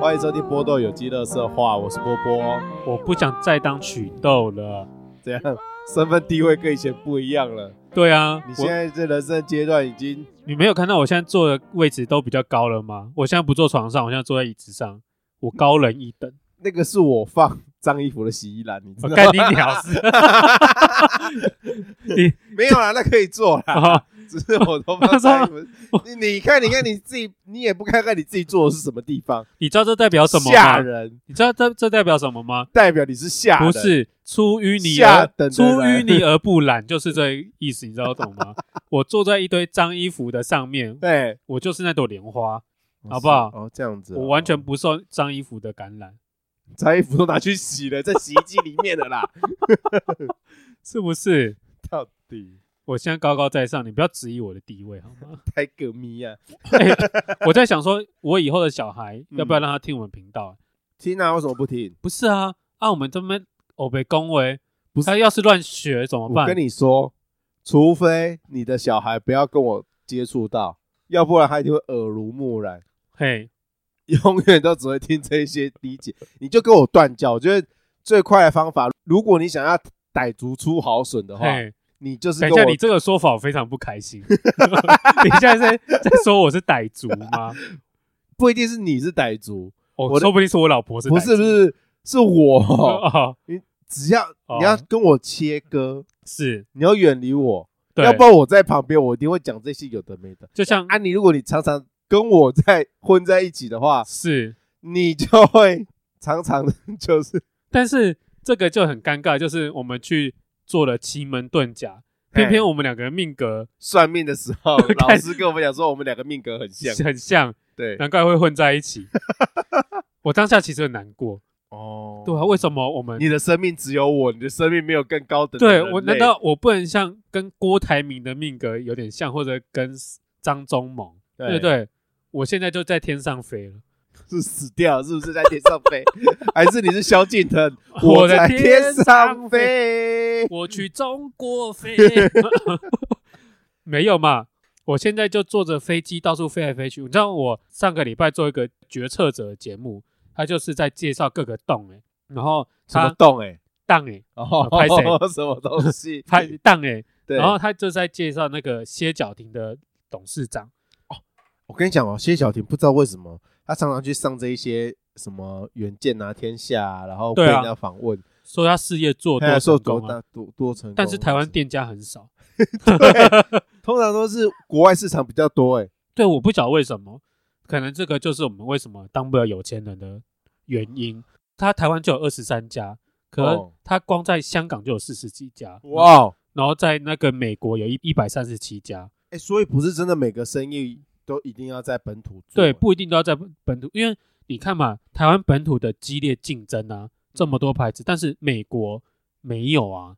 欢迎收听波豆有机乐色话，我是波波。我不想再当曲豆了。这样身份地位跟以前不一样了。对啊，你现我在这人生阶段已经你没有看到我现在坐的位置都比较高了吗？我现在不坐床上，我现在坐在椅子上，我高人一 等。那个是我放脏衣服的洗衣篮，你知我道干吗？你鸟事！你没有啦，那可以做 啦。 哦，只是我都放脏 衣服。你你看，你看你自己，你也不看看你自己做的是什么地 方，你知道这代表啊什么吓吗？人，你知道这这代表什么吗？代表你是吓人。不是出淤泥下而等的出淤人泥而不染，就是这意思，你知道懂 吗？我坐在一堆脏衣服的上面，对，我就是那朵莲花，哦好不好是哦，这样子哦，我完全不受脏衣服的感染，脏衣服都拿去洗了，在洗衣机里面的啦。 是不是？到底我现在高高在上，你不要质疑我的地位好吗？太个迷啊！ 我在想说，我以后的小孩嗯要不要让他听我们频道？听啊，为什么不听？不是啊，啊，我们这边欧北恭维，不是他要是乱学怎么我办？跟你说，除非你的小孩不要跟我接触到，要不然他一定会耳濡目染， 嘿，永远都只会听这些理解。你就跟我断交，我觉得最快的方法，如果你想要逮足出好笋的话，嘿，你就是等跟一下，我你这个说法我非常不 开心。你现在在在说我是傣族吗？不一定是你是逮足，哦，我的说不定是我老婆是傣不族是不是是我，哦， 只要哦你要跟我切割，是，你要远离我，对，要不然我在旁边，我一定会讲这些有的没的。就像啊，你如果你常常跟我在 混在一起的话，是，你就会常常的就是但是这个就很尴尬，就是我们去做了奇门遁甲，偏偏我们两个人命格算命的时 候，老看师跟我们讲说我们两个命格很像，很像，嗯对，难怪会混在一起。 我当下其实很难过，哦对啊，为什么我们你的生命只有我，你的生命没有更高等的对人我类难道我不能像跟郭台铭的命格有点像，或者跟张忠谋？对对对，我现在就在天上飞了，是死掉是不是在天上 飞，还是你是萧敬腾？我在在天天上上飞，我去中 国飞。 没有嘛，我现在就坐着飞机到处飞来飞去。你知道我上个礼拜做一个决策者的节目，他就是在介绍各个洞诶、然后什么他洞哎？荡诶、哦啊拍谁 什么东 西？他荡诶、对，然后他就在介绍那个歇脚亭的董事长。我跟你讲哦，谢小婷不知道为什么，她常常去上这一些什么远见啊、天下啊，然后被对啊人家访问，说他事业做她多说成哎多功啊大，多多成功。但是台湾店家很少。对， 通常都是国外市场比较多，哎，对，我不晓得为什么，可能这个就是我们为什么当不了有钱人的原因。他台湾就有二十三家，可哦他光在香港就有四十几家，哇！哦哇，然后在那个美国有一一百三十七家，哎，所以不是真的每个生意都一定要在本土做，对，不一定都要在本土，因为你看嘛，台湾本土的激烈竞争啊，这么多牌子，但是美国没有啊，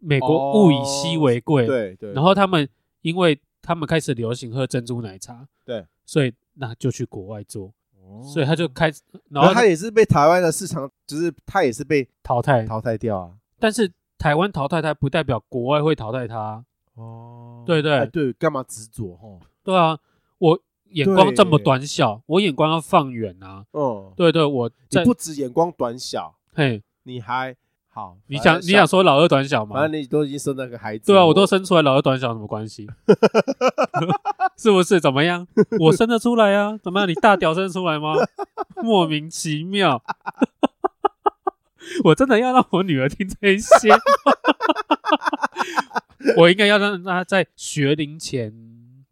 美国物以稀哦为贵，对对，然后他们因为他们开始流行喝珍珠奶茶，对，所以那就去国外做，哦所以他就，开始，然然后后他也是被台湾的市场，就是他也是被淘汰。淘汰掉啊，但是台湾淘汰它不代表国外会淘汰啊它，哦对对对，干嘛执着哈？对啊，我眼光这么短小，我眼光要放远啊。哦，对对，我你在不止眼光短小，嘿，你还好，你反正想你想小，说老二短小吗反？正你都已经生了个哦孩子，对啊，我都生出来老二短小有什么关系？是不是？怎么样？我生得出来啊？怎么样？你大屌生出来吗？ 莫名其妙。 我真的要让我女儿听这一些， 我应该要让她在学龄前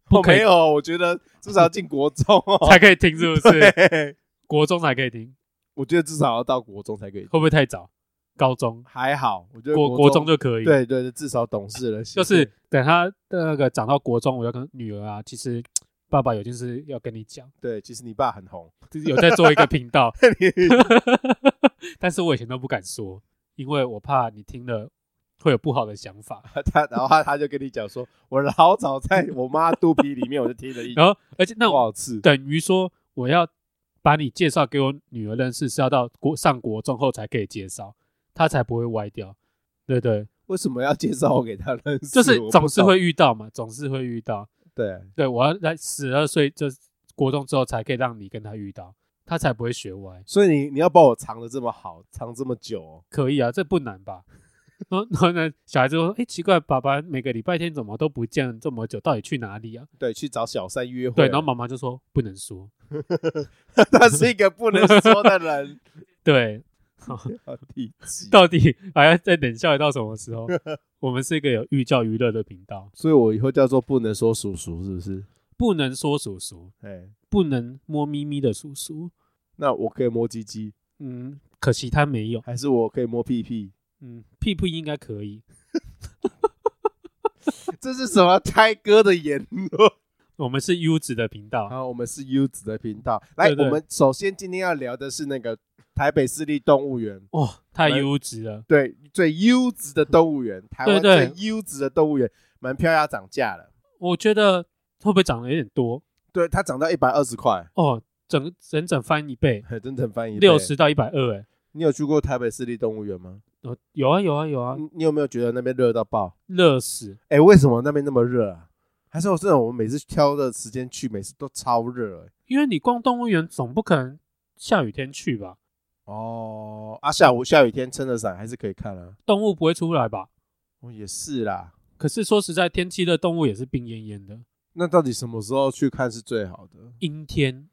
不我可哦以没有，我觉得至少要进国中哦， 才可以听，是不 是？对，国中才可以听，我觉得至少要到国中才可以会不会太早？高中、还好，我觉得国呃国国中就可以。，对对对，至少懂事了，就是等她的那个长到国中，我要跟女儿啊，其实爸爸有件事要跟你讲，对。其实你爸很红， 就是有在做一个频道， 但是我以前都不敢说，因为我怕你听了会有不好的想法。他然后他他就跟你讲说，我老早在我妈肚皮里面我就听了一然后，而且那不我好吃，等于说我要把你介绍给我女儿认识，是要到国上国中后才可以介绍，她才不会歪掉。对对，为什么要介绍我给他认识？就是我不总是懂会遇到嘛，总是会遇到。对对，我要在十二岁就是国中之后才可以让你跟他遇到，他才不会学歪。所以你你要把我藏的这么好，藏这么久、哦，可以啊，这不 难吧？然后然后呢，小孩子会说：“哎、奇怪，爸爸每个礼拜天怎么都不见这么久，到底去哪里啊对，去找小三约？”会对，啊。然后妈妈就说：“不能说。 他是一个不能说的 人，”对，好低级到底还要再等笑到什 么时候？我们是一个有寓教于乐的频道，所以我以后叫做不能说叔叔，是不是？不能说叔叔，哎，不能摸咪咪的叔叔。那我可以摸鸡鸡，嗯，可惜他没有。还是我可以摸屁屁？嗯，屁屁应该可以。这是什么胎哥的言 论？我们是优质的频道，好，我们是优子的频道。来，对对我们首先今天要聊的是那个台北市立动物园，哇、哦太来优质了。对，最优质的动物园，台湾对最对优质的动物园，门票要涨价了。我觉得会不会涨得有点多？对，它涨到一百二十块， 哦，整整整翻一倍，很真诚翻译。六十，到一百二，哎，你有去过台北市立动物园吗？哦有啊有啊有啊，你你有没有觉得那边热到爆？热死！哎、为什么那边那么热啊？还是我这种我们每次挑的时间去，每次都超热、欸。因为你逛动物园总不可能下雨天去吧？哦，啊，下午下雨天撑着伞还是可以看啊。动物不会出来吧？哦，也是啦。可是说实在，天气热，动物也是病恹恹的。那到底什么时候去看是最好的？阴天，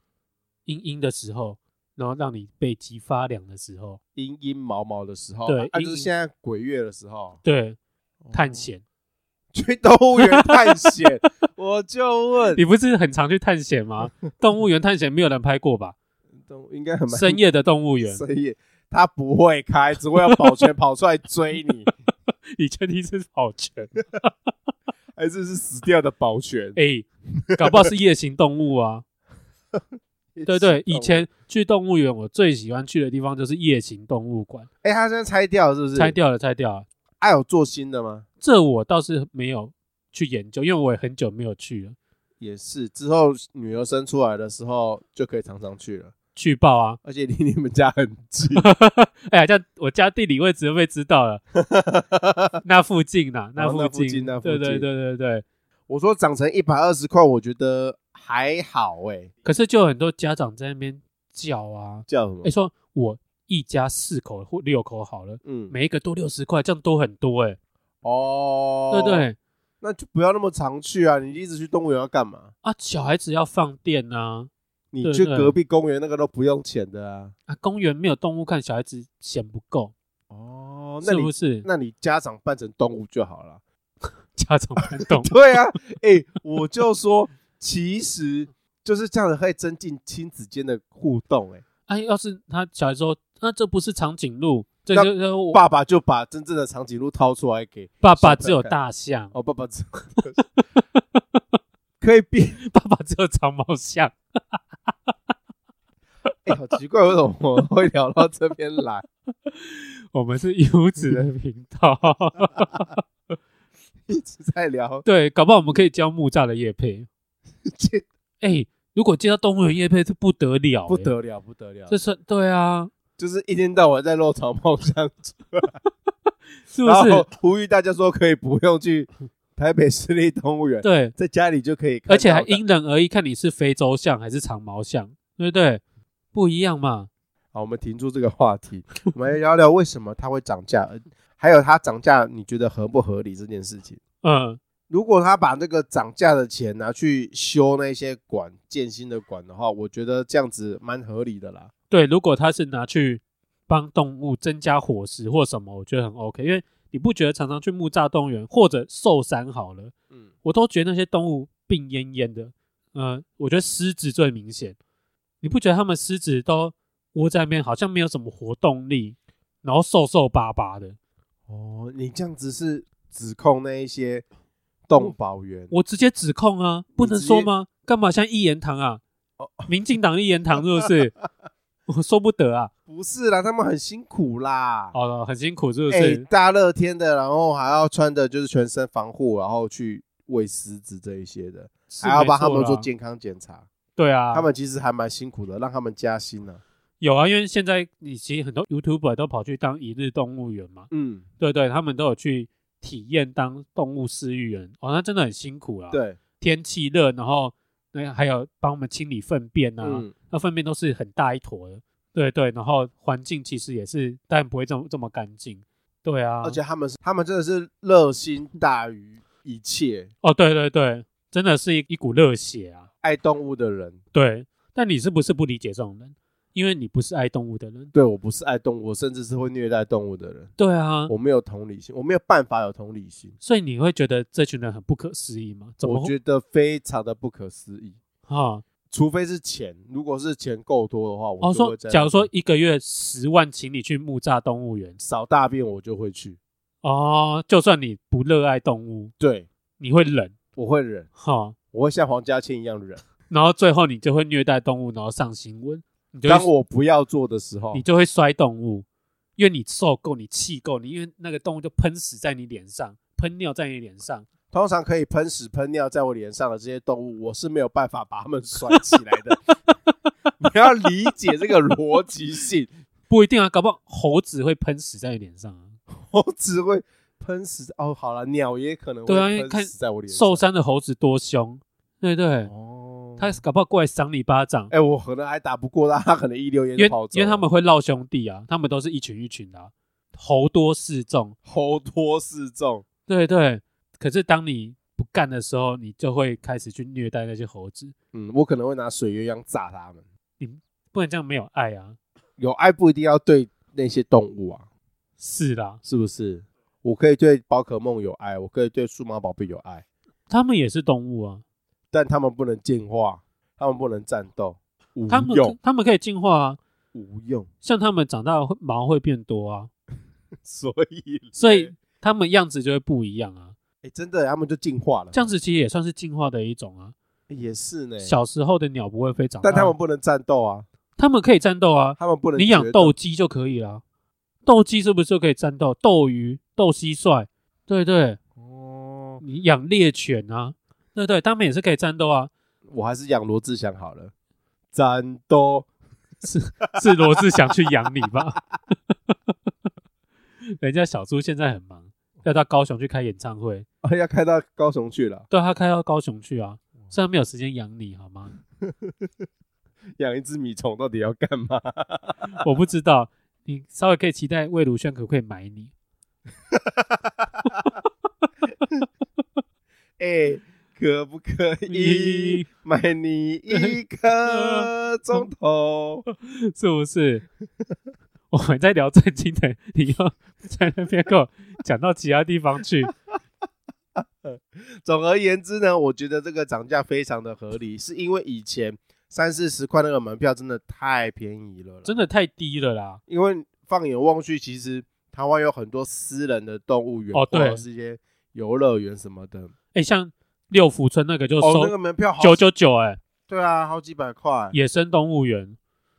阴阴的时候，然后让你背脊发凉的时候，阴阴毛毛的时候，对啊，阴就是现在鬼月的时候，对，哦探险。去动物园探险，我就问，你不是很常去探险吗？动物园探险没有人拍过吧？动应该很蛮深夜的动 物园，深夜，他不会开，只会要保全跑出来追 你，你确定是保全？ 还是是死掉的保全？哎、搞不好是夜行动物啊。对对，以前去动物园，我最喜欢去的地方就是夜行动物馆。哎、他现在拆掉了是不是？拆掉了，拆掉了。还有做新的吗？这我倒是没有去研究，因为我也很久没有去了。也是，之后女儿生出来的时候就可以常常去了，去报啊！而且离你们家很近。哎呀，这样我家地理位置都被知 道了，那附近呐、哦那附附近近，那附对对近对对对。我说涨成一百二十块，我觉得还好哎、可是就有很多家长在那边叫啊，叫什么哎、？说我一家四口或六口好了，嗯，每一个多六十块，这样多很多哎、哦，对不，对？那就不要那么常去啊！你一直去动物园要干嘛？啊，小孩子要放电啊，你对去对隔壁公园那个都不用钱的啊。啊，公园没有动物看，小孩子嫌不够，哦，那是你不是？那你家长扮成动物就好了。 家长不懂对啊，哎、我就说，其实就是这样的，可以增进亲子间的互动、哎，哎，要是他小孩说，那、这不是长颈鹿，这那就是我爸爸就把真正的长颈鹿掏出来给爸小爸孩只有看大象， 哦，爸爸只 可以变。爸爸只有长毛象。哎、好奇怪，为什么我们会聊到这边来？我们是优质的频 道，一直在聊，对，搞不好我们可以教木栅的叶配。哎、如果接到动物园叶配，这不得了、欸不，得了，不得了，这是对啊，就是一天到晚在漏草帽相处，是不然后是？呼吁大家说可以不用去台北市立动物园，对，在家里就可以看到的，而且还因人而异，看你是非洲象还是长毛象，对不对？不一样嘛。好，我们停住这个话题，我们来聊聊为什么它会涨价，呃还有它涨价你觉得合不合理这件事情。嗯，如果他把这个涨价的钱拿去修那些管建新的管的话，我觉得这样子蛮合理的啦。对，如果他是拿去帮动物增加伙食或什么，我觉得很 OK，因为你不觉得常常去木栅动物园或者寿山好了，嗯，我都觉得那些动物病恹恹的。呃，我觉得狮子最明显，你不觉得它们狮子都窝在那边，好像没有什么活动力，然后瘦瘦巴巴的。哦，你这样子是指控那一些动保员，我直接指控啊，不能说吗？干嘛像一言堂啊哦？民进党一言堂是不是？ 我说不得啊，不是啦，他们很辛苦啦。好了，很辛苦是不哎、是？大热天的，然后还要穿的就是全身防护，然后去喂狮子这一些的，是还要帮没他错们啦做健康检查。对啊，他们其实还蛮辛苦的，让他们加薪呢、有啊，因为现在你其实很多 YouTuber 都跑去当一日动物园嘛，嗯，对对，他们都有去体验当动物饲育员，哦，那真的很辛苦啊。对，天气热，然后那还有帮我们清理粪便啊，嗯，那粪便都是很大一坨的，对对，然后环境其实也是，但不会这么这么干净，对啊，而且他们是他们真的是热心大于一切，哦，对对对，真的是一一股热血啊，爱动物的人。对，但你是不是不理解这种人？因为你不是爱动物的人，对我不是爱动物，我甚至是会虐待动物的人，对啊，我没有同理心，我没有办法有同理心，所以你会觉得这群人很不可思议吗？怎么我觉得非常的不可思议。啊？除非是钱，如果是钱够多的话，我哦，就说会在假如说一个月十万，请你去木栅动物园扫大便，我就会去。哦，就算你不热爱动物，对，你会忍我会忍，哈、我会像黄家庆一样忍。然后最后你就会虐待动物，然后上新闻，你就当会我不要做的时候你，就会摔动物，因为你受够，你气够，你因为那个动物就喷屎在你脸上，喷尿在你脸上，通常可以喷屎喷尿在我脸上的这些动物，我是没有办法把它们甩起来的。 你要理解这个逻辑性，不一定啊，搞不好猴子会喷屎在你脸上啊。我只会喷屎。哦，好了，鸟也可能对啊因会为喷看屎在我脸上。受伤的猴子多凶，对不对，哦，它搞不好过来赏你巴掌，哎、我可能还打不过他，他可能一溜烟因为就跑走因为他们了会闹兄弟啊，他们都是一群一群的啊、猴多势众，猴多势众。对对。可是当你不干的时候，你就会开始去虐待那些猴子，嗯，我可能会拿水鸳鸯炸他们。不然这样没有爱啊。有爱不一定要对那些动物啊，是啦，是不是？我可以对宝可梦有爱，我可以对数码宝贝有爱，他们也是动物啊，但他们不能进化，他们不能战斗，无他们用，他们可以进化啊，无用。像他们长大会毛会变多啊， 所以，所以他们样子就会不一样啊。哎、真的，他们就进化了，欸这样子其实也算是进化的一种啊。也是呢。小时候的鸟不会飞，长大但他们不能战斗啊，他们可以战斗啊，他们不能你养决斗鸡就可以啦。斗鸡是不是就可以战斗？斗鱼、斗蟋蟀，对对，哦，你养猎犬啊，对对，他们也是可以战斗啊。我还是养罗志祥好了。战斗，是罗志祥去养你吧？ 人家小猪现在很忙，要到高雄去开演唱会，哎呀，开到高雄去了，对他开到高雄去啊，虽然没有时间养你好吗？养一只米虫到底要干嘛？我不知道，你稍微可以期待魏如萱可不可以买你？ 哎、可不可以咦，买你一颗钟头？是不是？ 我们在聊正经的，你要在那边给我讲到其他地方去。总而言之呢，我觉得这个涨价非常的合理，是因为以前三四十块那个门票真的太便宜了啦，真的太低了啦。因为放眼望去，其实台湾有很多私人的动物园，哦对或者是一些游乐园什么的，哎、像六福村那个就哦，那收个门票好九九九，哎，对啊，好几百块，野生动物园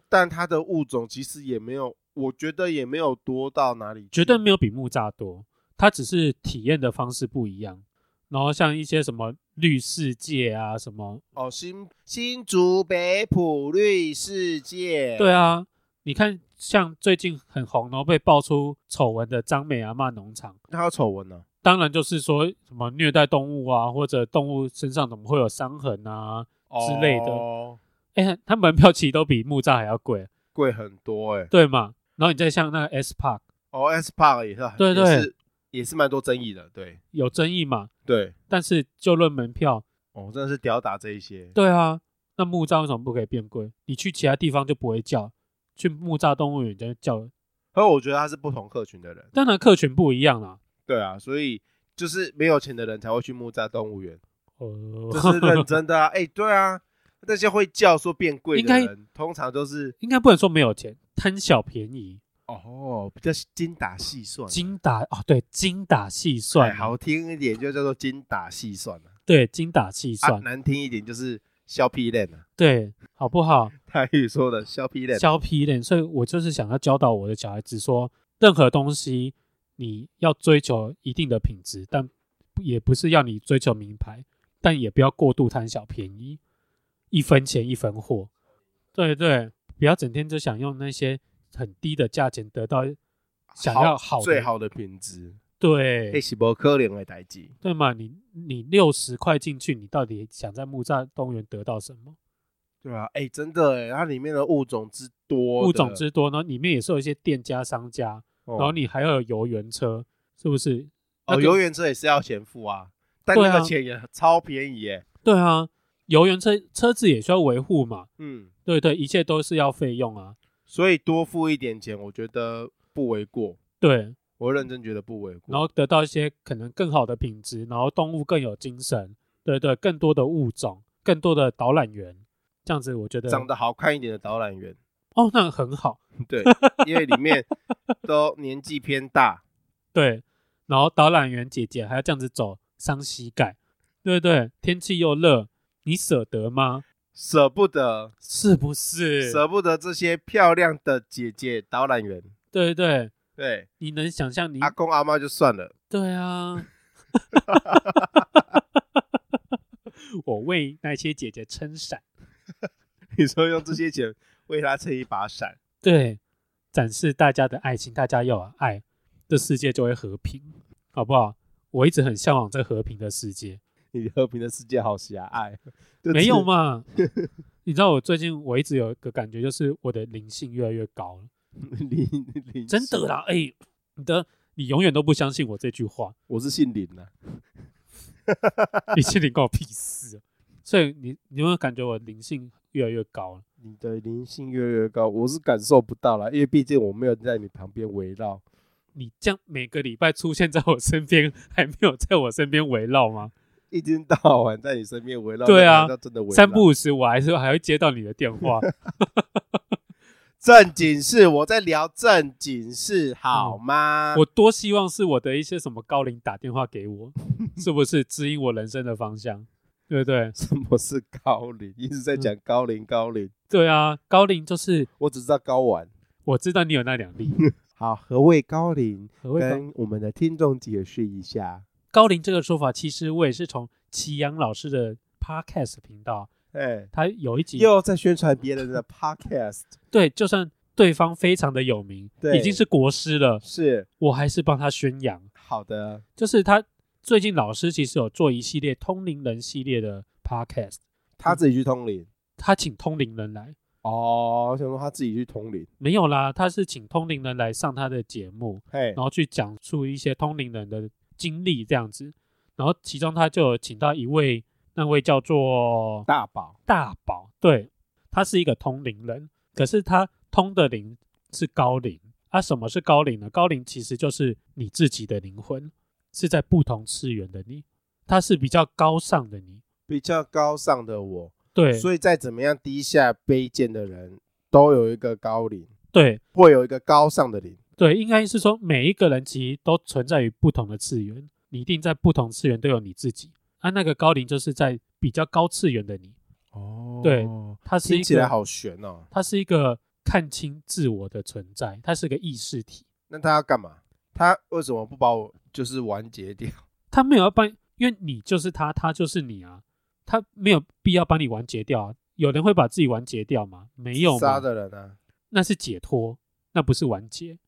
但它的物种其实也没有，我觉得也没有多到哪里去，绝对没有比木栅多，它只是体验的方式不一样。然后像一些什么绿世界啊，什么哦，新新竹北浦绿世界，对，啊，你看像最近很红，然后被爆出丑闻的张美阿嬷农场。它有丑闻呢，当然就是说什么虐待动物啊，或者动物身上怎么会有伤痕啊？之类的哦哎、它门票其实都比木栅还要贵，贵很多哎、对嘛？然后你再像那个 S Park 哦，S Park 也是很，对也对是也是蛮多争议的，对有争议嘛，对，但是就论门票，哦，真的是吊打这一些，对啊，那木栅为什么不可以变贵？你去其他地方就不会叫，去木栅动物园就叫了。而我觉得他是不同客群的人，当然客群不一样啦。对啊，所以就是没有钱的人才会去木栅动物园，哦，这是 认真 的啊，哎、对啊，那些会叫说变贵应的该人，通常都是应该不能说没有钱，贪小便宜，哦，比较精打细算，啊精打哦，对，精打细哎算，啊好听一点就叫做精打细算啊，对，精打细啊算，难听一点就是削皮烂啊，对，好不好？台语说的削皮烂，削皮脸，所以我就是想要教导我的小孩子说，任何东西你要追求一定的品质，但也不是要你追求名牌，但也不要过度贪小便宜，一分钱一分货。对对，不要整天就想用那些很低的价钱得到想要好的最好的品质，对那是无可能的代志。对嘛，你你六十块进去，你到底想在木栅动物园得到什么？对啊，哎、真的哎、它里面的物种之多的，物种之多，然后里面也是有一些店家、商家，哦，然后你还要有游园车，是不是？那哦，个游园车也是要钱付啊，但对啊那个钱也超便宜耶。对啊，游园车车子也需要维护嘛，嗯，对对，一切都是要费用啊。所以多付一点钱，我觉得不为过。对，我认真觉得不为过。然后得到一些可能更好的品质，然后动物更有精神，对对，更多的物种，更多的导览员，这样子我觉得长得好看一点的导览员，哦，那很好，对，因为里 面都年纪偏大，对，然后导览员姐姐还要这样子走，伤膝盖，对对，天气又热，你舍得吗？舍不得，是不是？舍不得这些漂亮的姐姐导览员。对对，对，你能想象你阿公阿妈就算了， 对啊， 我为那些姐姐撑伞，你说用这些钱为他撑一把伞，对，展示大家的爱情，大家要有爱，这世界就会和平，好不好？我一直很向往这和平的世界，你和平的世界好狭隘。就是 没有？嘛？你知道我最近我一直有一个感觉，就是我的灵性越来越高了。林林真的，啦，哎、你的你永远都不相信我这句话，我是姓林啊的、你心里关我屁事啊。所以你你有没有感觉我灵性越来越高了？你的灵性越来越高，我是感受不到啦，因为毕竟我没有在你旁边围绕。你这样每个礼拜出现在我身边，还没有在我身边围绕吗？一天到晚在你身边围绕，对啊那难道真的围绕三不五时，我还是还会接到你的电 话。正经事，我在聊正经事，好吗？嗯我多希望是我的一些什么高龄打电话 给我，是不是指引我人生的方向？对不对？什么是高 龄？一直在讲嗯高龄，高龄，对啊，高龄就是我只知道高玩。我知道你有那两 例。好，何谓高龄？何谓高跟我们的听众解释一下。高龄这个说法，其实我也是从祁阳老师的 podcast 频道，哎，他有一集又在宣传别 人的 podcast，对，就算对方非常的有名，对已经是国师了，是我还是帮他宣扬。好的，就是他最近老师其实有做一系列通灵人系列的 podcast，他自己去通嗯灵。他请通灵人来，哦，我想说他自己去通灵。没有啦，他是请通灵人来上他的节目，嘿然，后去讲述一些通灵人的经历这样子。然后其中他就有请到一位，那位叫做大宝，大宝，对，他是一个通灵人，可是他通的灵是高灵。啊，什么是高灵呢？高灵其实就是你自己的灵魂，是在不同次元的你，它是比较高尚的你。比较高尚的我，对，所以再怎么样低下卑贱的人，都有一个高龄，对会有一个高尚的灵。对，应该是说每一个人其实都存在于不同的次元，你一定在不同次元都有你自己。啊，那个高灵就是在比较高次元的你，哦对它是一听起来个，好悬哦。它是一个看清自我的存在，它是个意识体。那他要干嘛？他为什么不把我就是完结掉？他没有要帮，因为你就是他，他就是你啊，他没有必要把你完结掉啊。有人会把自己完结掉吗？没有自杀嘛，的人啊？那是解脱，那不是完结。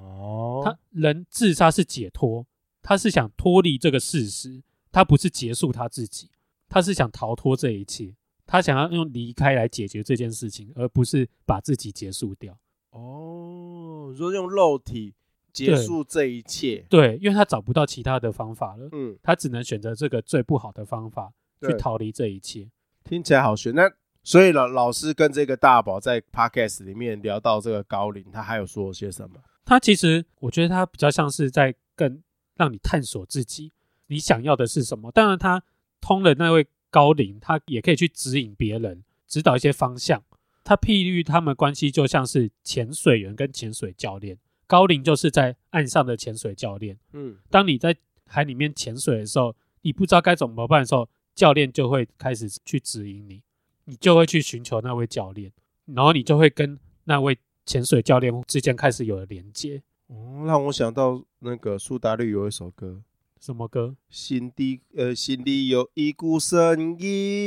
哦他人自杀是解脱，他是想脱离这个事实，他不是结束他自己，他是想逃脱这一切，他想要用离开来解决这件事情，而不是把自己结束掉。哦，你说用肉体结束这一切，对，因为他找不到其他的方法了，嗯，他只能选择这个最不好的方法去对逃离这一切。听起来好悬。那所以老老师跟这个大宝在 podcast 里面聊到这个高龄，他还有说些什么？它其实我觉得它比较像是在更让你探索自己，你想要的是什么。当然，它通了那位高龄，他也可以去指引别人，指导一些方向。他譬喻他们关系就像是潜水员跟潜水教练，高龄就是在岸上的潜水教练。嗯，当你在海里面潜水的时候，你不知道该怎么办的时候，教练就会开始去指引你，你就会去寻求那位教练，然后你就会跟那位潜水教练之间开始有了连接。哦，让我想到那个苏打绿有一首歌。什么歌？心底呃，心里有一股声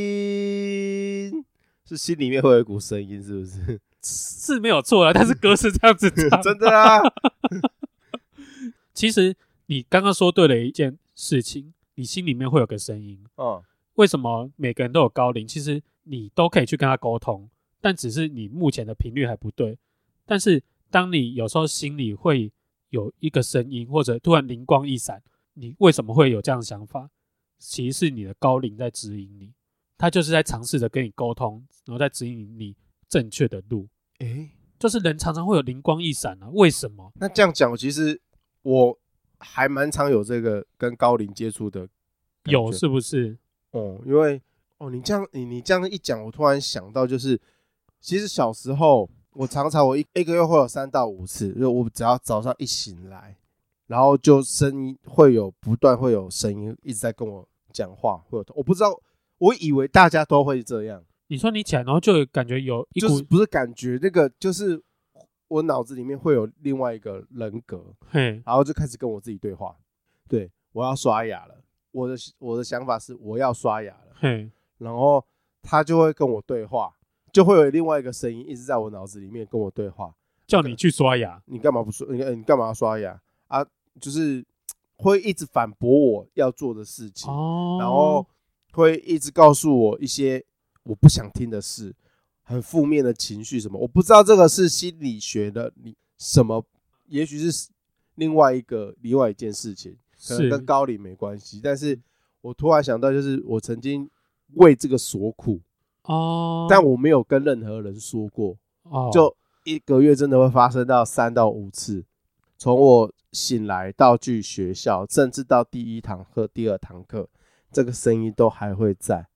音，是心里面会有一股声音，是不是？ 是没有错啊，但是歌是这样子唱。真的啊，其实你刚刚说对了一件事情，你心里面会有个声音。嗯，为什么每个人都有高龄？其实你都可以去跟他沟通，但只是你目前的频率还不对。但是当你有时候心里会有一个声音，或者突然灵光一闪，你为什么会有这样的想法？其实是你的高龄在指引你，他就是在尝试着跟你沟通，然后在指引你正确的路。诶，就是人常常会有灵光一闪啊，为什么？那这样讲，其实我还蛮常有这个跟高龄接触的感觉，有是不是？哦，因为哦，你这样你你这样一讲，我突然想到，就是其实小时候我常常我一一个月会有三到五次，就我只要早上一醒来，然后就声音会有不断会有声音一直在跟我讲话，会有我不知道，我以为大家都会这样，你说你起来，然后就有感觉有一股、就是不是感觉那个就是我脑子里面会有另外一个人格，嘿，然后就开始跟我自己对话，对我要刷牙了，我的我的想法是我要刷牙了。嘿，然后他就会跟我对话，就会有另外一个声音一直在我脑子里面跟我对话。叫你去刷牙，你干嘛不刷？你呃你干嘛要刷牙啊？就是会一直反驳我要做的事情，哦，然后会一直告诉我一些我不想听的事，很负面的情绪什么。我不知道这个是心理学的，你什么？也许是另外一个另外一件事情。可能是跟高龄没关系，但是我突然想到，就是我曾经为这个所苦，哦，但我没有跟任何人说过，哦就一个月真的会发生到三到五次，从我醒来到去学校，甚至到第一堂课、第二堂课，这个声音都还会在，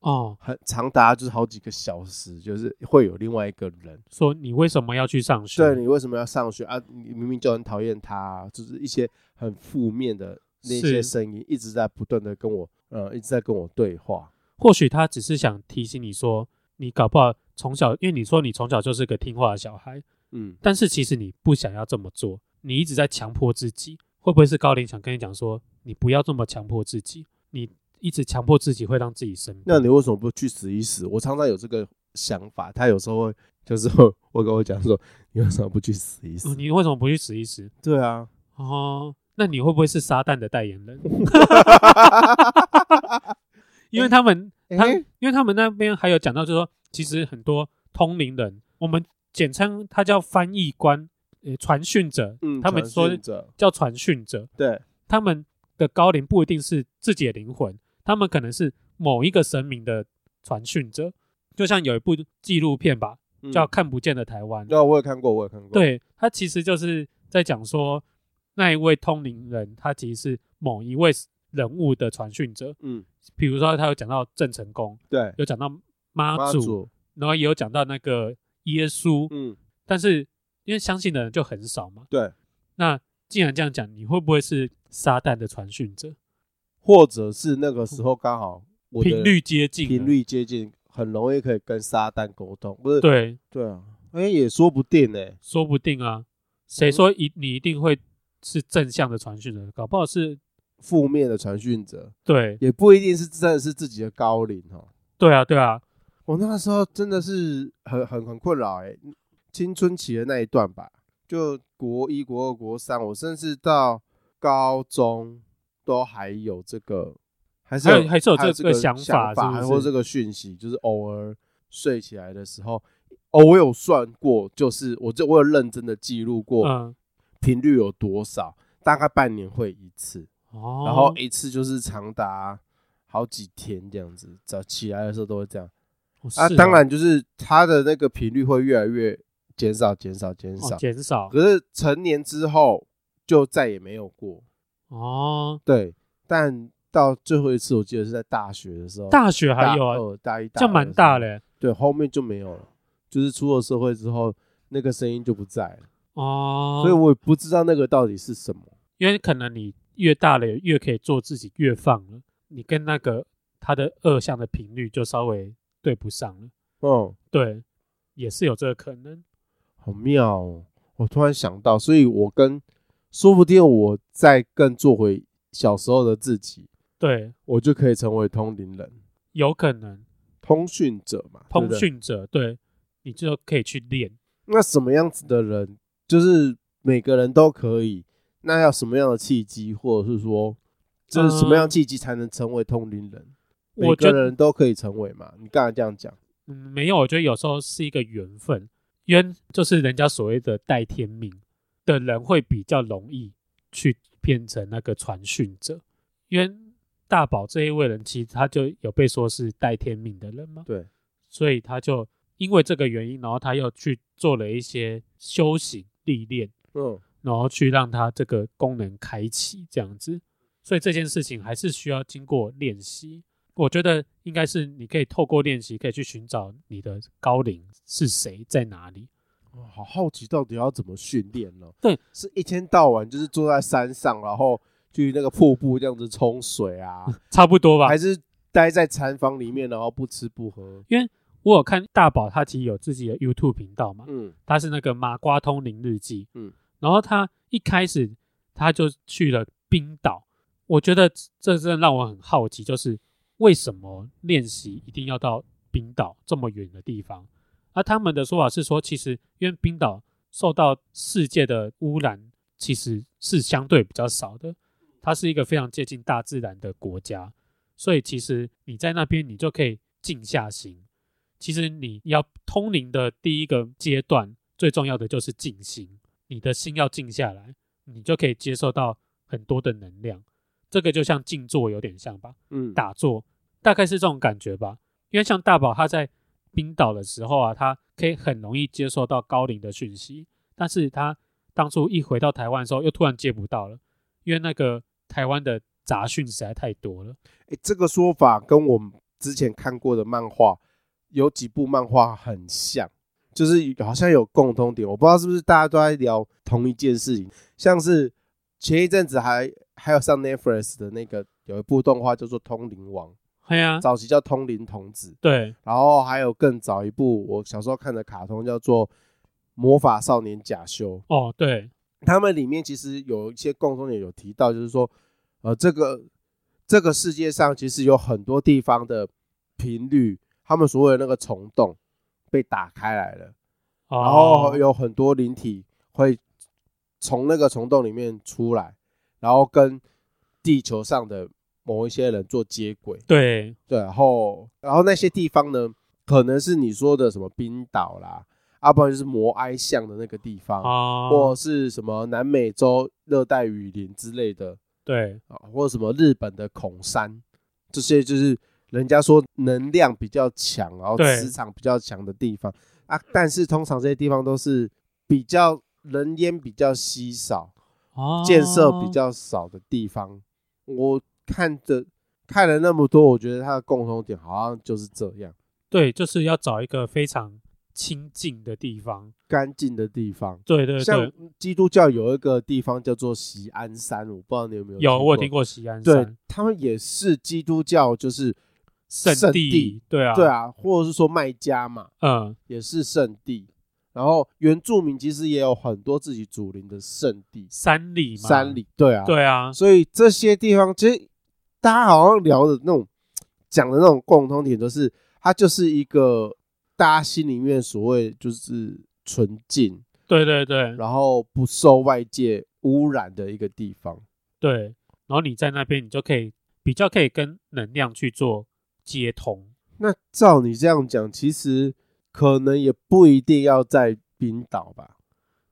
哦，很长达就是好几个小时，就是会有另外一个人。说你为什么要去上学？对你为什么要上学啊？你明明就很讨厌他啊、就是一些很负面的那些是声音一直在不断的跟我，呃，一直在跟我对话。或许他只是想提醒你说，你搞不好从小，因为你说你从小就是个听话的小孩，嗯，但是其实你不想要这么做，你一直在强迫自己，会不会是高龄想跟你讲说，你不要这么强迫自己，你一直强迫自己会让自己生病？那你为什么不去死一死？我常常有这个想法，他有时候会就是会会跟我讲说，你为什么不去死一哦死？你为什么不去死一死？对啊，哦，那你会不会是撒旦的代言人？因为他们，他诶因为他们那边还有讲到，就是说，其实很多通灵人，我们简称他叫翻译官，呃，传讯者，嗯，他们说传讯者叫传讯者，对，他们的高龄不一定是自己的灵魂，他们可能是某一个神明的传讯者，就像有一部纪录片吧，嗯叫《看不见的台湾》，对，啊我有看过，我有看过，，对他其实就是在讲说，那一位通灵人，他其实是某一位人物的传讯者，嗯，比如说他有讲到郑成功，对，有讲到妈妈祖，祖，然后也有讲到那个耶稣，嗯，但是因为相信的人就很少嘛。对，那既然这样讲，你会不会是撒旦的传讯者？或者是那个时候刚好我的嗯频率接近了，频率接近，很容易可以跟撒旦沟通，不是？对，对啊，哎、也说不定欸呢、说不定啊，嗯谁说一你一定会是正向的传讯者？搞不好是负面的传讯者对，也不一定是真的是自己的高龄哦。对啊，对啊，我那时候真的是很很很困扰哎、青春期的那一段吧，就国一、国二、国三，我甚至到高中都还有这个，还是还有还是有这个个想法，法是不是或这个讯息，就是偶尔睡起来的时候，哦，我有算过，就是我这我有认真的记录过，嗯，频率有多少，大概半年会一次，哦，然后一次就是长达好几天这样子，早起来的时候都会这样。哦啊，是当哦然就是它的那个频率会越来越减少、减少、减哦少。减少可是成年之后就再也没有过。哦，对，但到最后一次，我记得是在大学的时候，大学还有大啊，二、大一、大这样蛮大的时嘞候。对，后面就没有了，就是出了社会之后，那个声音就不在了，哦，所以我也不知道那个到底是什么。因为可能你越大了，越可以做自己，越放了，你跟那个他的二项的频率就稍微对不上了。嗯，对，也是有这个可能。好妙哦！我突然想到，所以我跟说不定我再更做回小时候的自己，对，我就可以成为通灵人。有可能通讯者嘛，对不通对。讯者，对你就可以去练。那什么样子的人，就是每个人都可以，那要什么样的契机，或者是说，这是什么样的契机才能成为通灵人？每呃我觉个得人都可以成为嘛？你刚才这样讲，嗯没有，我觉得有时候是一个缘分，冤就是人家所谓的带天命的人会比较容易去变成那个传讯者。冤大宝这一位人，其实他就有被说是带天命的人嘛，对，所以他就因为这个原因，然后他又去做了一些修行历练，嗯，然后去让它这个功能开启，这样子。所以这件事情还是需要经过练习。我觉得应该是你可以透过练习，可以去寻找你的高龄是谁，在哪里。哦好好奇到底要怎么训练呢？对，是一天到晚就是坐在山上，然后去那个瀑布这样子冲水啊，差不多吧还。是待在禅房里面，然后不吃不喝？我有看大宝，他其实有自己的 YouTube 频道嘛，嗯他是那个麻瓜通灵日记。嗯嗯，然后他一开始他就去了冰岛，我觉得这真的让我很好奇，就是为什么练习一定要到冰岛这么远的地方？而他们的说法是说，其实因为冰岛受到世界的污染其实是相对比较少的，它是一个非常接近大自然的国家，所以其实你在那边你就可以静下心。其实你要通灵的第一个阶段，最重要的就是静心，你的心要静下来，你就可以接受到很多的能量。这个就像静坐有点像吧，嗯，打坐，大概是这种感觉吧。因为像大宝他在冰岛的时候啊，他可以很容易接受到高龄的讯息，但是他当初一回到台湾的时候，又突然接不到了，因为那个台湾的杂讯实在太多了。欸，这个说法跟我们之前看过的漫画有几部漫画很像，就是好像有共通点。我不知道是不是大家都在聊同一件事情，像是前一阵子还还有上 Netflix 的那个有一部动画叫做《通灵王哎呀》，，早期叫《通灵童子》，对，然后还有更早一部我小时候看的卡通叫做《魔法少年假修》，哦，对，他们里面其实有一些共同点有提到，就是说，呃，这个这个世界上其实有很多地方的频率，他们所谓的那个虫洞被打开来了，哦、然后有很多灵体会从那个虫洞里面出来，然后跟地球上的某一些人做接轨。对，对，然后然后那些地方呢，可能是你说的什么冰岛啦，要、不然就是摩埃像的那个地方。哦，或是什么南美洲热带雨林之类的对，啊，或什么日本的孔山，这些就是人家说能量比较强，然后对磁场比较强的地方啊。但是通常这些地方都是比较人烟比较稀少、哦，建设比，较少的地方。我看着看了那么多，我觉得它的共同点好像就是这样：对，就是要找一个非常清静的地方。干净的地方。对对像对，基督教有一个地方叫做喜安山，我不知道你有没有有我有过听过西安对山他们也是基督教，就是圣圣地地，对啊，对，啊，或者是说麦加嘛，嗯。也是圣地。然后原住民其实也有很多自己祖灵的圣地，山里嘛，山，里对啊，，对啊，所以这些地方其实大家好像聊的那种讲的那种共通点，就是它就是一个大家心里面所谓就是纯净，对对对然后不受外界污染的一个地方。对，然后你在那边，你就可以比较可以跟能量去做接通，那照你这样讲，其实可能也不一定要在冰岛吧？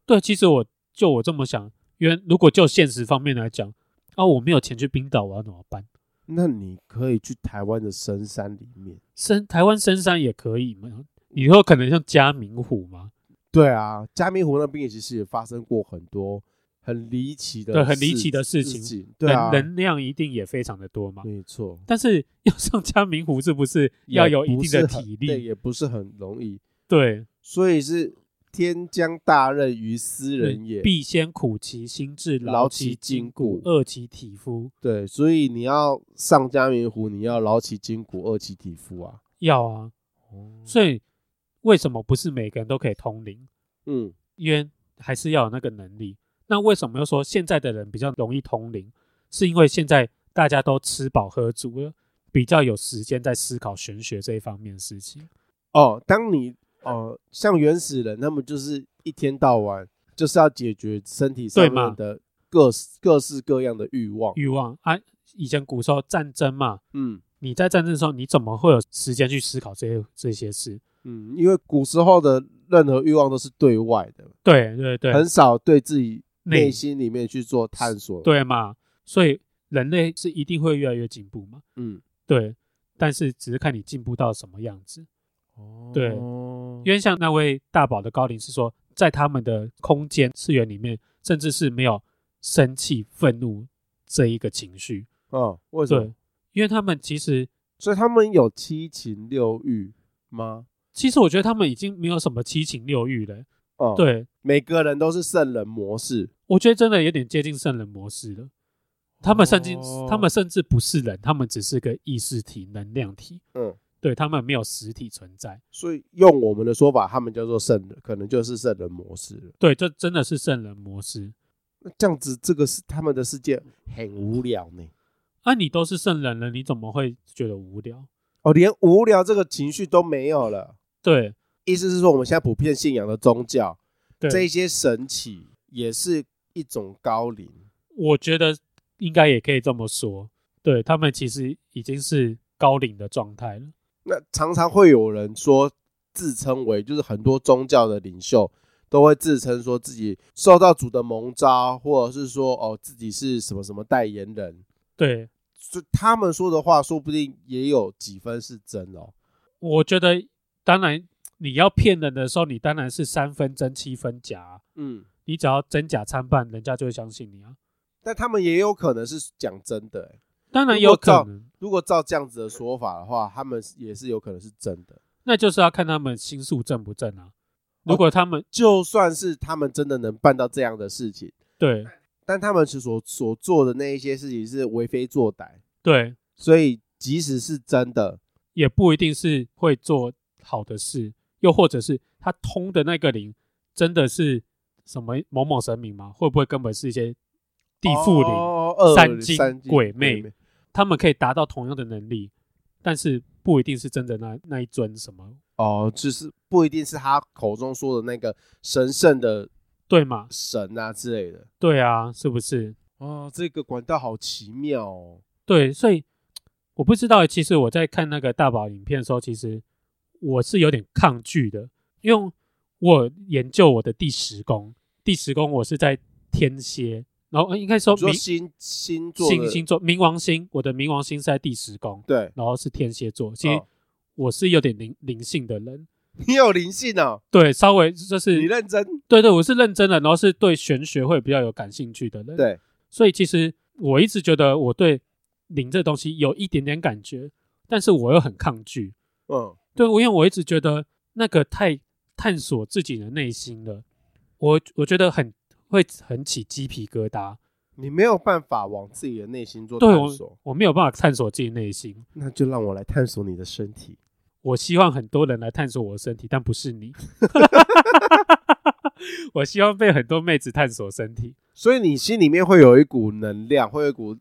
对，其实我就我这么想，因为如果就现实方面来讲，啊，我没有钱去冰岛，我要怎么办？那你可以去台湾的深山里面。深台湾深山也可以嘛，以后可能像嘉明湖嘛，对啊，嘉明湖那边也其实也发生过很多很离奇的对很离奇的事情情。对啊，嗯能能量一定也非常的多嘛。没错，但是 要上嘉明湖，是不是要有一定的也不是很体对，力？也不是很容易，对，所以是天将大任于斯人也。必先苦其心志，劳劳其其筋筋骨骨，饿其体肤。对，所以你要上嘉明湖，你要劳其筋骨，饿其体肤啊。要啊，哦所以为什么不是每个人都可以通灵？嗯，因为还是要有那个能力。那为什么又说现在的人比较容易通灵？是因为现在大家都吃饱喝足了，比较有时间在思考玄学这一方面的事情。哦，当你哦，像原始人，他们就是一天到晚就是要解决身体上对嘛面的各各式各样的欲望。欲望啊。以前古时候战争嘛，嗯你在战争的时候，你怎么会有时间去思考这些这些事？嗯，因为古时候的任何欲望都是对外的，对对对，很少对自己内内心里面去做探索。，对嘛，所以人类是一定会越来越进步嘛。嗯，对，但是只是看你进步到什么样子。哦对因因为像那位大宝的高龄是说，在他们的空间次元里面，甚至是没有生气、愤怒这一个情绪。嗯，为什么对？，因为他们其实所以他们有七情六欲吗？其实我觉得他们已经没有什么七情六欲了。哦、，对，每个人都是圣人模式，我觉得真的有点接近圣人模式了。他们甚至、哦他们甚至不是人，他们只是个意识体、能量体。嗯，对他们没有实体存在。所以用我们的说法，他们叫做圣人，可能就是圣人模式了。对，这真的是圣人模式。那这样子，这个是他们的世界很无聊呢。啊，你都是圣人了，你怎么会觉得无聊？哦，连无聊这个情绪都没有了。对意思是说，我们现在普遍信仰的宗教，对，这一些神奇也是一种高龄。我觉得应该也可以这么说。对他们其实已经是高龄的状态了。那常常会有人说，自称为就是很多宗教的领袖都会自称说自己受到主的蒙召，或者是说哦自己是什么什么代言人，对，所以他们说的话说不定也有几分是真哦。我觉得当然你要骗人的时候，你当然是三分真七分假啊、嗯，你只要真假参半，人家就会相信你啊。但他们也有可能是讲真的、欸。当然如果有可照能，如果照这样子的说法的话，他们也是有可能是真的。那就是要看他们心术正不正啊。如果他们、就算是他们真的能办到这样的事情，对但他们所所做的那一些事情是为非作歹，对，所以即使是真的，也不一定是会做好的事，又或者是他通的那个灵真的是什么某某神明吗？会不会根本是一些地缚灵？哦恶三精三鬼魅他们可以达到同样的能力，但是不一定是真的那那一尊什么，哦，就是不一定是他口中说的那个神圣的对吗？神啊之类的。对啊，是不是？哦，这个管道好奇妙哦。对，所以我不知道。其实我在看那个大宝影片的时候，其实我是有点抗拒的，因为我研究我的第十宫，第十宫我是在天蝎，然后呃应该说你说冥星星座的星星座冥王星，我的冥王星是在第十宫，对，然后是天蝎座。其实哦我是有点灵灵性的人，你有灵性哦，对，稍微就你是认真对对，我是认真的，然后是对玄学会比较有感兴趣的人。对。所以其实我一直觉得我对灵这东西有一点点感觉，但是我又很抗拒。嗯，对，我因为我一直觉得那个太探索自己的内心了，我我觉得很会很起鸡皮疙瘩。你没有办法往自己的内心做探对我索，，我没有办法探索自己内心。那就让我来探索你的身体。我希望很多人来探索我的身体，但不是你。 我希望被很多妹子探索身体。所以你心里面会有一股能量，会有一股，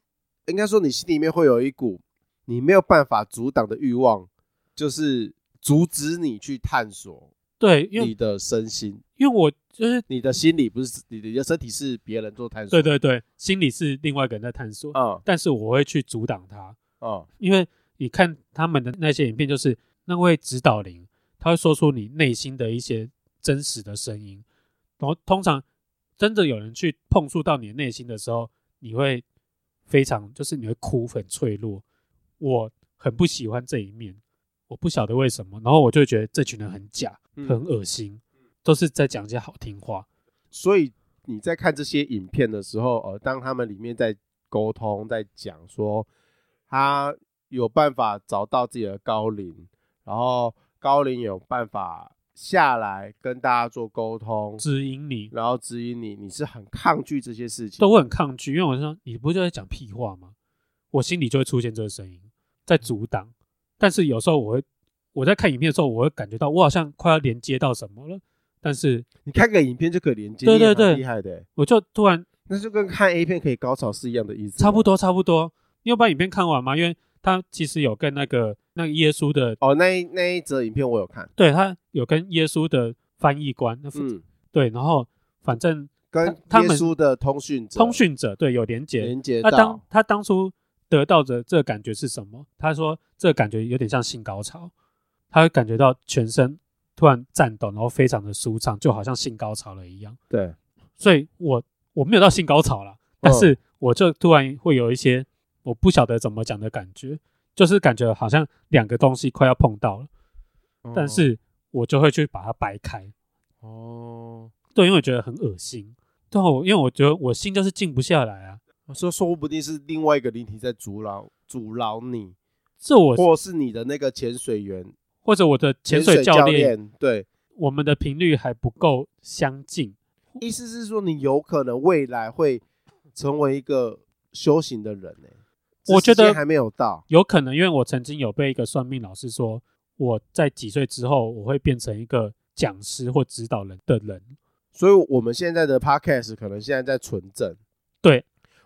应该说你心里面会有一股你没有办法阻挡的欲望，就是阻止你去探索对，因你为的身心。因为我就是你的心理不是你的身体是别人做探索，对对对，心里是另外一个人在探索，嗯，但是我会去阻挡他。嗯因为你看他们的那些影片，就是那位指导灵，他会说出你内心的一些真实的声音，然后通常真的有人去碰触到你的内心的时候，你会非常就是你会哭，很脆弱。我很不喜欢这一面，我不晓得为什么，然后我就觉得这群人很假，嗯很恶心，都是在讲一些好听话。所以你在看这些影片的时候，呃，当他们里面在沟通，在讲说他有办法找到自己的高龄，然后高龄有办法下来跟大家做沟通，指引你，然后指引你，你是很抗拒这些事情，都会很抗拒，因为我说你不就在讲屁话吗？我心里就会出现这个声音在阻挡。但是有时候我会，我在看影片的时候，我会感觉到我好像快要连接到什么了，但是你看个影片就可以连接，对你也对对蛮厉害的欸，我就突然那就跟看 A 片可以高潮是一样的意思，差不。多差不多。你有把影片看完吗？因为他其实有跟那个那个耶稣的，哦，那一那一则影片我有看，对他有跟耶稣的翻译官，那嗯，对，然后反正跟他耶们稣的通讯者通讯者对有连结。连接他当到，他当初得到的这个感觉是什么？他说这感觉有点像性高潮，他会感觉到全身突然颤抖，然后非常的舒畅，就好像性高潮了一样。对，所以我我没有到性高潮啦，嗯但是我就突然会有一些我不晓得怎么讲的感觉，就是感觉好像两个东西快要碰到了，嗯但是我就会去把它掰开，哦，对，因为我觉得很恶心，对啊，我因为我觉得我心就是静不下来啊，说说不定是另外一个灵体在阻挠阻挠你，这我或是你的那个潜水员、或者我的潜水教练，练，对，我们的频率还不够相近，意思是说你有可能未来会成为一个修行的人呢、欸我觉得这时间还没有到，有可能因为我曾经有被一个算命老师说我在几岁之后我会变成一个讲师或指导人的人，所以我们现在的 podcast 可能现在在纯正。对，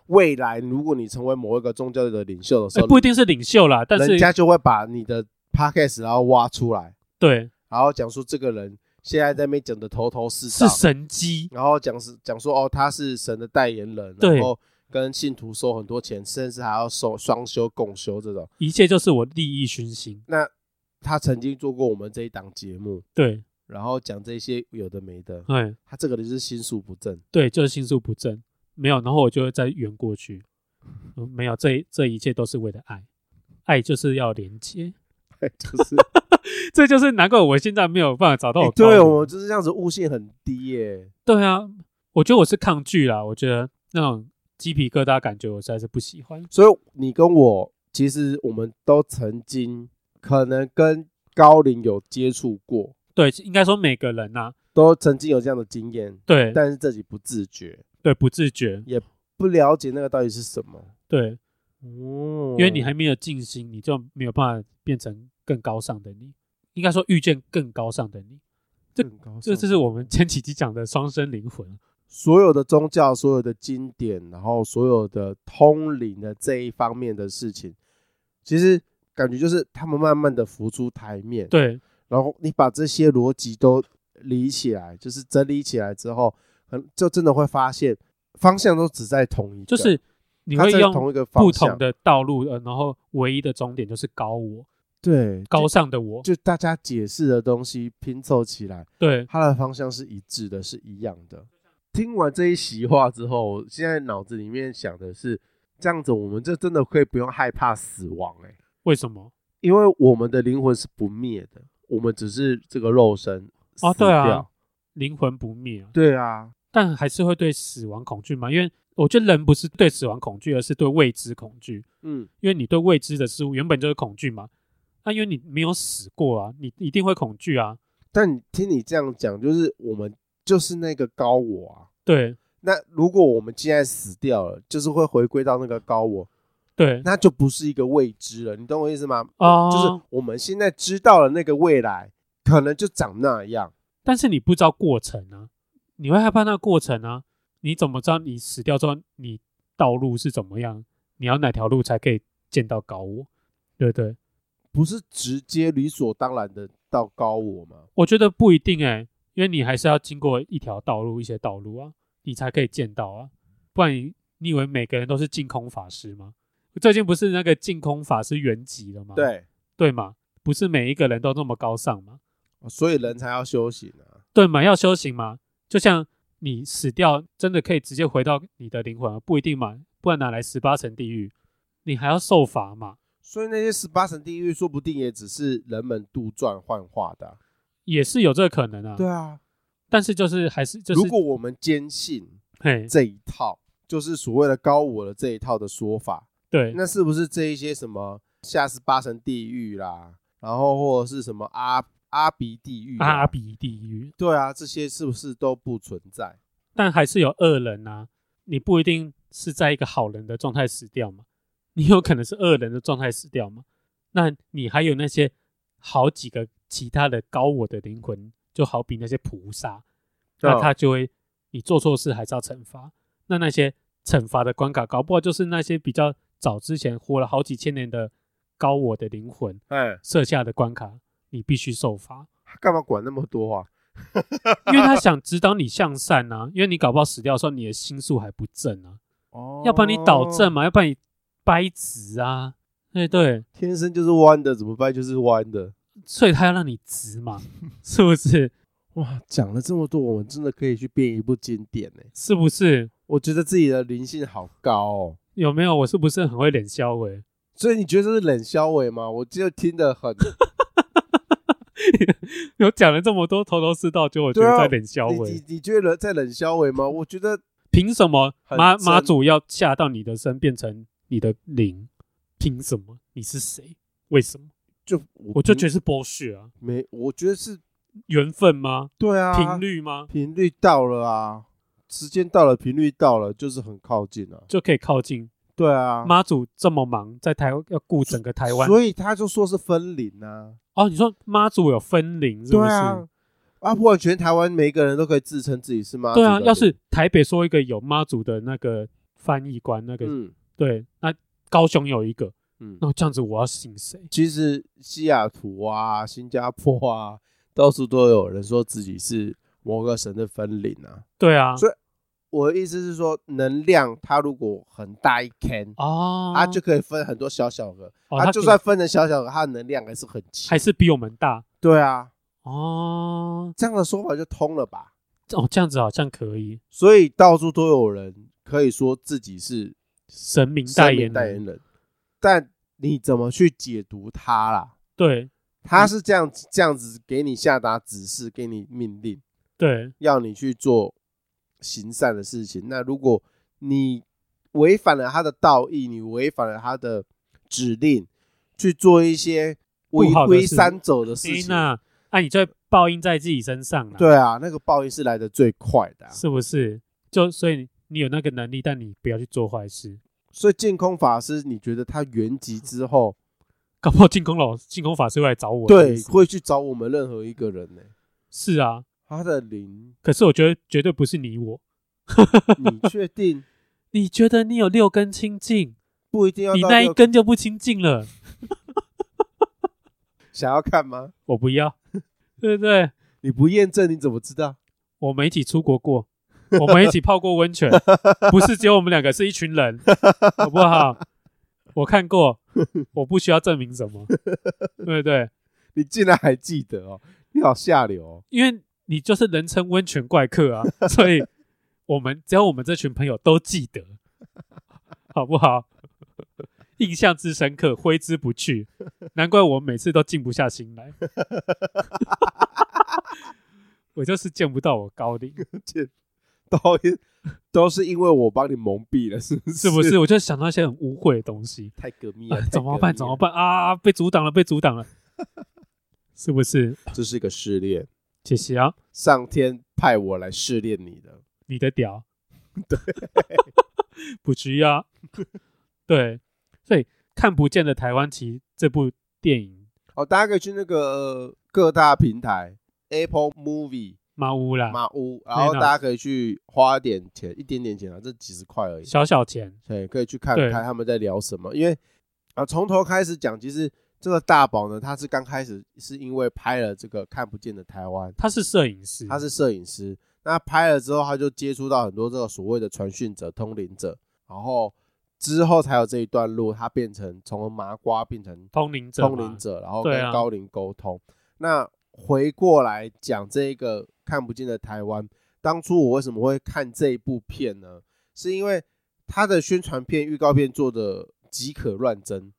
未来如果你成为某一个宗教的领袖的时哎、候，不一定是领袖啦，但是人家就会把你的 podcast 然后挖出来，对然后讲说这个人现在在那边讲的头头是是道，神机，然后讲是讲说哦他是神的代言人，对然后跟信徒收很多钱，甚至还要收双修共修这种。一切就是我利益熏心。那他曾经做过我们这一档节目，对，然后讲这些有的没的，哎，他这个人是心术不正。 对，就是心术不正，没有，然后我就会再圆过去，嗯没有，这一这一切都是为了爱，爱就是要连接，就是，这就是难怪我现在没有办法找到我、欸对我们就是这样子悟性很低耶、对啊，我觉得我是抗拒啦，我觉得那种鸡皮疙瘩感觉我实在是不喜欢。所以你跟我，其实我们都曾经可能跟高龄有接触过，对，应该说每个人呐、都曾经有这样的经验，对但是自己不自觉，对，不自觉，不了解那个到底是什么。对，哦因为你还没有静心，你就没有办法变成更高尚的你，应该说遇见更高尚的你。这更高尚，这这是我们前几集讲的双生灵魂，所有的宗教、所有的经典，然后所有的通灵的这一方面的事情，其实感觉就是他们慢慢的浮出台面。对然后你把这些逻辑都理起来，就是整理起来之后，很就真的会发现方向都只在同一个，就是你它会在用同一个不方同向，的道路，呃，然后唯一的终点就是高我，对高尚的我，就就大家解释的东西拼凑起来，对，它的方向是一致的，是一样的。听完这一席话之后，我现在脑子里面想的是，这样子我们就真的可以不用害怕死亡、欸，为什么？因为我们的灵魂是不灭的，我们只是这个肉身哦死对啊掉灵魂不灭啊，对啊，但还是会对死亡恐惧吗？因为我觉得人不是对死亡恐惧，而是对未知恐惧，嗯，因为你对未知的事物原本就是恐惧嘛。那、因为你没有死过啊，你一定会恐惧啊。但你听你这样讲，就是我们就是那个高我啊。对那如果我们现在死掉了，就是会回归到那个高我，对那就不是一个未知了。你懂我意思吗？啊，就是我们现在知道了那个未来，可能就长那样。但是你不知道过程啊，你会害怕那个过程啊。你怎么知道你死掉之后你道路是怎么样？你要哪条路才可以见到高我？对不对？不是直接理所当然的到高我吗？我觉得不一定哎、因为你还是要经过一条道路、一些道路啊，你才可以见到啊。不然你你以为每个人都是净空法师吗？最近不是那个净空法师原籍了吗？对，对嘛，不是每一个人都那么高尚嘛？哦所以人才要修行啊。对嘛，要修行嘛。就像你死掉，真的可以直接回到你的灵魂啊，不一定嘛，不然哪来十八层地狱？你还要受罚嘛，所以那些十八层地狱，说不定也只是人们杜撰幻化的啊、也是有这个可能啊。对啊，但是就是还是就是，如果我们坚信嘿，这一套，就是所谓的高我的这一套的说法，对那是不是这一些什么下十八层地狱啦，然后或者是什么阿阿鼻地狱啊、阿鼻地狱，对啊，这些是不是都不存在？但还是有恶人啊。你不一定是在一个好人的状态死掉嘛，你有可能是恶人的状态死掉嘛。那你还有那些好几个其他的高我的灵魂，就好比那些菩萨，那哦他就会你做错事还是要惩罚。那那些惩罚的关卡，搞不好就是那些比较早之前活了好几千年的高我的灵魂哎，设下的关卡，你必须受罚。他干嘛管那么多啊？因为他想指导你向善啊，因为你搞不好死掉的时候你的心术还不正啊，哦要不然你导正，嘛，要不然你掰直啊，对对，天生就是弯的，怎么办？就是弯的。所以他要让你 直嘛，是不是？哇，讲了这么多，我们真的可以去编一部经典呢。是不是？我觉得自己的灵性好高哦。有没有？我是不是很会脸消委？所以你觉得这是冷消委吗？我就听得很，有讲了这么多头头是道，就我觉对得啊在脸消你委你，你觉得在冷消委吗？我觉得凭什么很妈真妈祖要下到你的身变成你的灵？凭什么？你是谁？为什么？就我就觉得得是剥削啊，没，我觉得是缘分吗？对啊，频率吗？频率到了啊，时间到了，频率到了，就是很靠近了、啊。就可以靠近对啊，妈祖这么忙，在台要顾整个台湾所以他就说是分灵啊，哦。你说妈祖有分灵是不对是？啊，啊，不管全台湾每一个人都可以自称自己是妈祖对的啊，灵要是台北说一个有妈祖的那个翻译官，那个、嗯对，那高雄有一个，嗯，那这样子我要信谁？其实西雅图啊、新加坡啊，到处都有人说自己是某个神的分灵啊。对啊，所以我的意思是说，能量它如果很大一 can，哦，它啊就可以分很多小小个，哦它他就可以算分成小小个，它的能量还是很强还。是比我们大对啊，哦这样的说法就通了吧？哦，这样子好像可以，所以到处都有人可以说自己是神明生代命言代人言人，但你怎么去解读它啦？对嗯他是这样子这样子给你下达指示，给你命令，对要你去做行善的事情。那如果你违反了他的道义，你违反了他的指令，去做一些违不好的规事三走的事哎情，那啊，你这报应在自己身上了，对啊，那个报应是来的最快的啊、是不是？就所以你有那个能力，但你不要去做坏事。所以净空法师，你觉得他原籍之 后，搞不好进攻老进攻法师会来找我。对，是不是会去找我们任何一个人呢、是啊，他的灵，可是我觉得绝对不是你我。你 确定你觉得你有六根清净，不一定要你到那啊一六根就不清净了。想要看吗？我不要，对不对？你不验证你怎么知道？我们一起出国过，我们一起泡过温泉，不是只有我们两个，是一群人，好不好？我看过，我不需要证明什么，对不对？你竟然还记得哦，你好下流哦。因为你就是人称温泉怪客 啊，所以我们只要我们这群朋友都记得，好不好？印象之深刻，挥之不去，难怪我每次都静不下心 来。我就是见不到我高龄， 都都是因为我帮你蒙蔽了，是不是？是不是？我就想到一些很污秽的东西， 太革命啊了？、怎么办？怎么办？办啊？被阻挡了，被阻挡了，是不是？这是一个试炼，姐姐啊，上天派我来试炼你的。你 的屌，对，不需要，对，所以《看不见的台湾》其实这部电影哦，大家可以去那个、呃各大平台，Apple Movie、马乌啦，马屋，然哪后大家可以去花点钱，一点点钱啊，这几十块而已，小小钱，对，可以去看对看他们在聊什么。因为啊，从头开始讲，其实这个大宝呢，他是刚开始是因为拍了这个看不见的台湾。他是摄影师，他是摄影师。那拍了之后，他就接触到很多这个所谓的传讯者、通灵者，然后之后才有这一段路，他变成从麻瓜变成通灵者嘛，通灵者，然后对跟啊高龄沟通。那回过来讲这个看不见的台湾，当初我为什么会看这一部片呢？是因为他的宣传片、预告片做的极可乱真，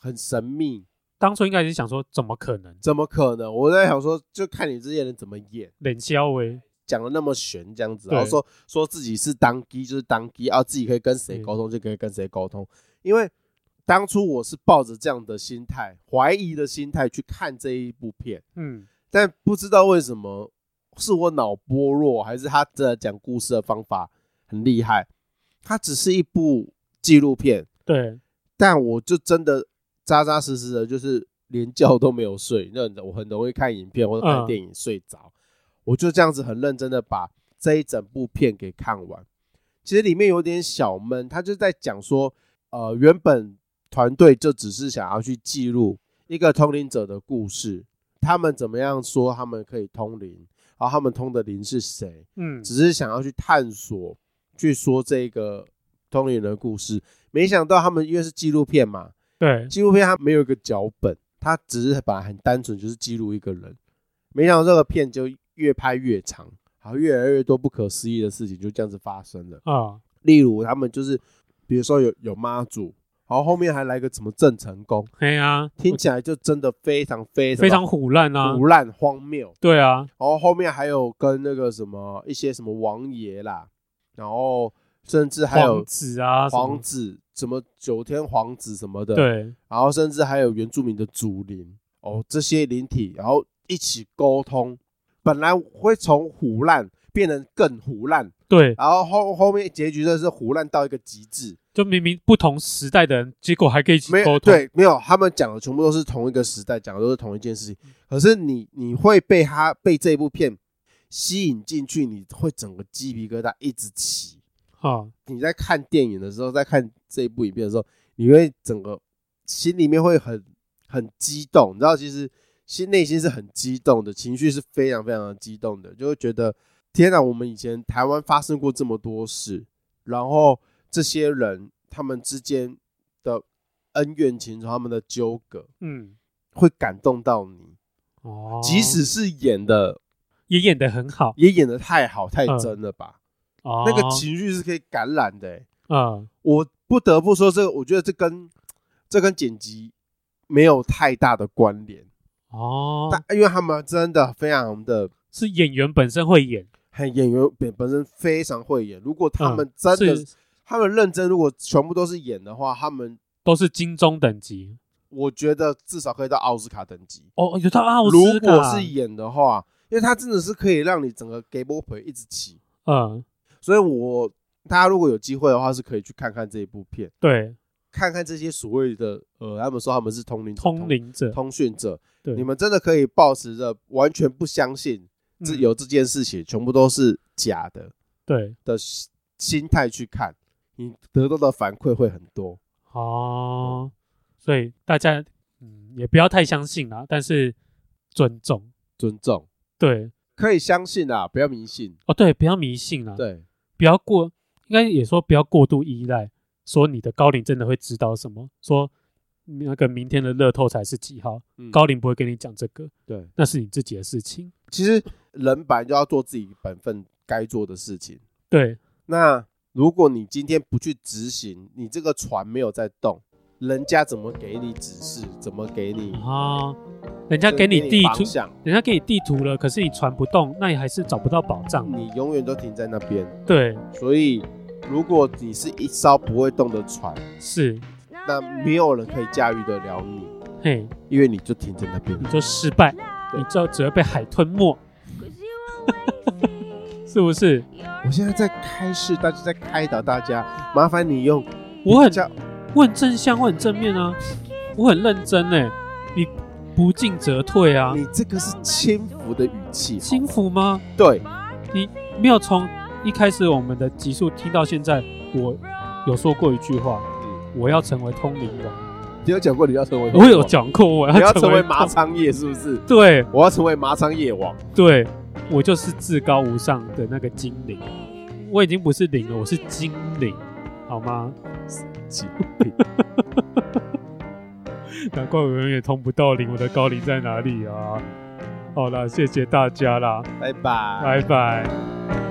很神秘，当初应该是想说，怎么可能？怎么可能？我在想说，就看你这些人怎么演。冷肖维，讲的那么玄这样子，对然后说说自己是当机就是当机，然后自己可以跟谁沟通就可以跟谁沟通。因为当初我是抱着这样的心态、怀疑的心态去看这一部片，嗯，但不知道为什么是我脑波弱，还是他这讲故事的方法很厉害。它只是一部纪录片，对，但我就真的扎扎实实的，就是连觉都没有睡。那我很容易看影片或者看嗯电影睡着，我就这样子很认真的把这一整部片给看完。其实里面有点小闷，他就在讲说，呃，原本团队就只是想要去记录一个通灵者的故事，他们怎么样说他们可以通灵，然然后他们通的灵是谁，嗯，只是想要去探索，去说这个通灵人的故事。没想到他们因为是纪录片嘛，对，纪录片它没有一个脚本，它只是把很单纯就是记录一个人。没想到这个片就越拍越长，好，越来越多不可思议的事情就这样子发生了。啊，例如他们就是，比如说有有妈祖，然后后面还来个什么郑成功，嘿啊，听起来就真的非常非常非常虎烂啊，腐烂荒谬。对啊，然后后面还有跟那个什么一些什么王爷啦，然后甚至还有皇子啊，什么皇子，什么九天皇子什么的，，对，然后甚至还有原住民的祖灵哦，这些灵体，然后一起沟通，本来会从胡乱变成更胡乱，对，然后后后面结局真的是胡乱到一个极致，就明明不同时代的人，结果还可以一起没沟有通，对，没有，他们讲的全部都是同一个时代，讲的都是同一件事情。可是你你会被他被这部片吸引进去，你会整个鸡皮疙瘩一直起。啊，你在看电影的时候，在看这部影片的时候，你会整个心里面会很很激动，你知道，其实心内心是很激动的，情绪是非常非常的激动的，就会觉得天哪，我们以前台湾发生过这么多事，然后这些人他们之间的恩怨情仇，他们的纠葛嗯，会感动到你，哦，即使是演的也演得很好，也演的太好太真了吧，嗯哦，那个情绪是可以感染的、欸。嗯，我不得不说，这个我觉得这跟这跟剪辑没有太大的关联，哦，但因为他们真的非常的是演员本身会演，很演员本本身非常会演，如果他嗯们真的、是他们认真，如果全部都是演的话，他们都是金钟等级。我觉得至少可以到奥斯卡等级。哦，有到奥如斯卡，果是演的话，因为他真的是可以让你整个 game over 一直起，嗯，所以我大家如果有机会的话，是可以去看看这一部片，对，看看这些所谓的呃，他们说他们是通灵者通灵者，通讯者，对，你们真的可以保持着完全不相信这嗯有这件事情，全部都是假的对，的心心态去看，你得到的反馈会很多。哦，所以大家嗯也不要太相信啦，但是尊重，尊重对，可以相信啊，不要迷信。哦对，不要迷信啦，，对，不要过，应该也说不要过度依赖，说你的高龄真的会知道什么，说那个明天的乐透才是几号，嗯高龄不会跟你讲这个，对，那是你自己的事情，其实人本来就要做自己本分该做的事情。对，那如果你今天不去执行，你这个船没有在动，人家怎么给你指示？怎么给你？啊，人家给你地方图，向，人家给你地图了，可是你传不动，那你还是找不到宝藏，你永远都停在那边。对，所以，如果你是一艘不会动的船，是，那没有人可以驾驭得了你，嘿。因为你就停在那边你。就失败，你就只会被海吞没，是不是？ 我现在在开示大家，在开导大家，麻烦你用我很啊叫我很正向，我很正面啊，我很认真哎、你不进则退啊，你这个是轻浮的语气，哦轻浮吗？对，没有从一开始我们的集数听到现在，我有说过一句话，嗯，我要成为通灵王，你有讲过你要成为，我有，讲过我你要要成成为为麻通，仓叶是不是？对我要成为麻仓叶王，对，我就是至高无上的那个精灵，我已经不是灵了，我是精灵，好吗？ 请难怪我永远通不到灵，我的高龄在哪里啊？好啦，谢谢大家啦，拜拜。拜拜。 Thank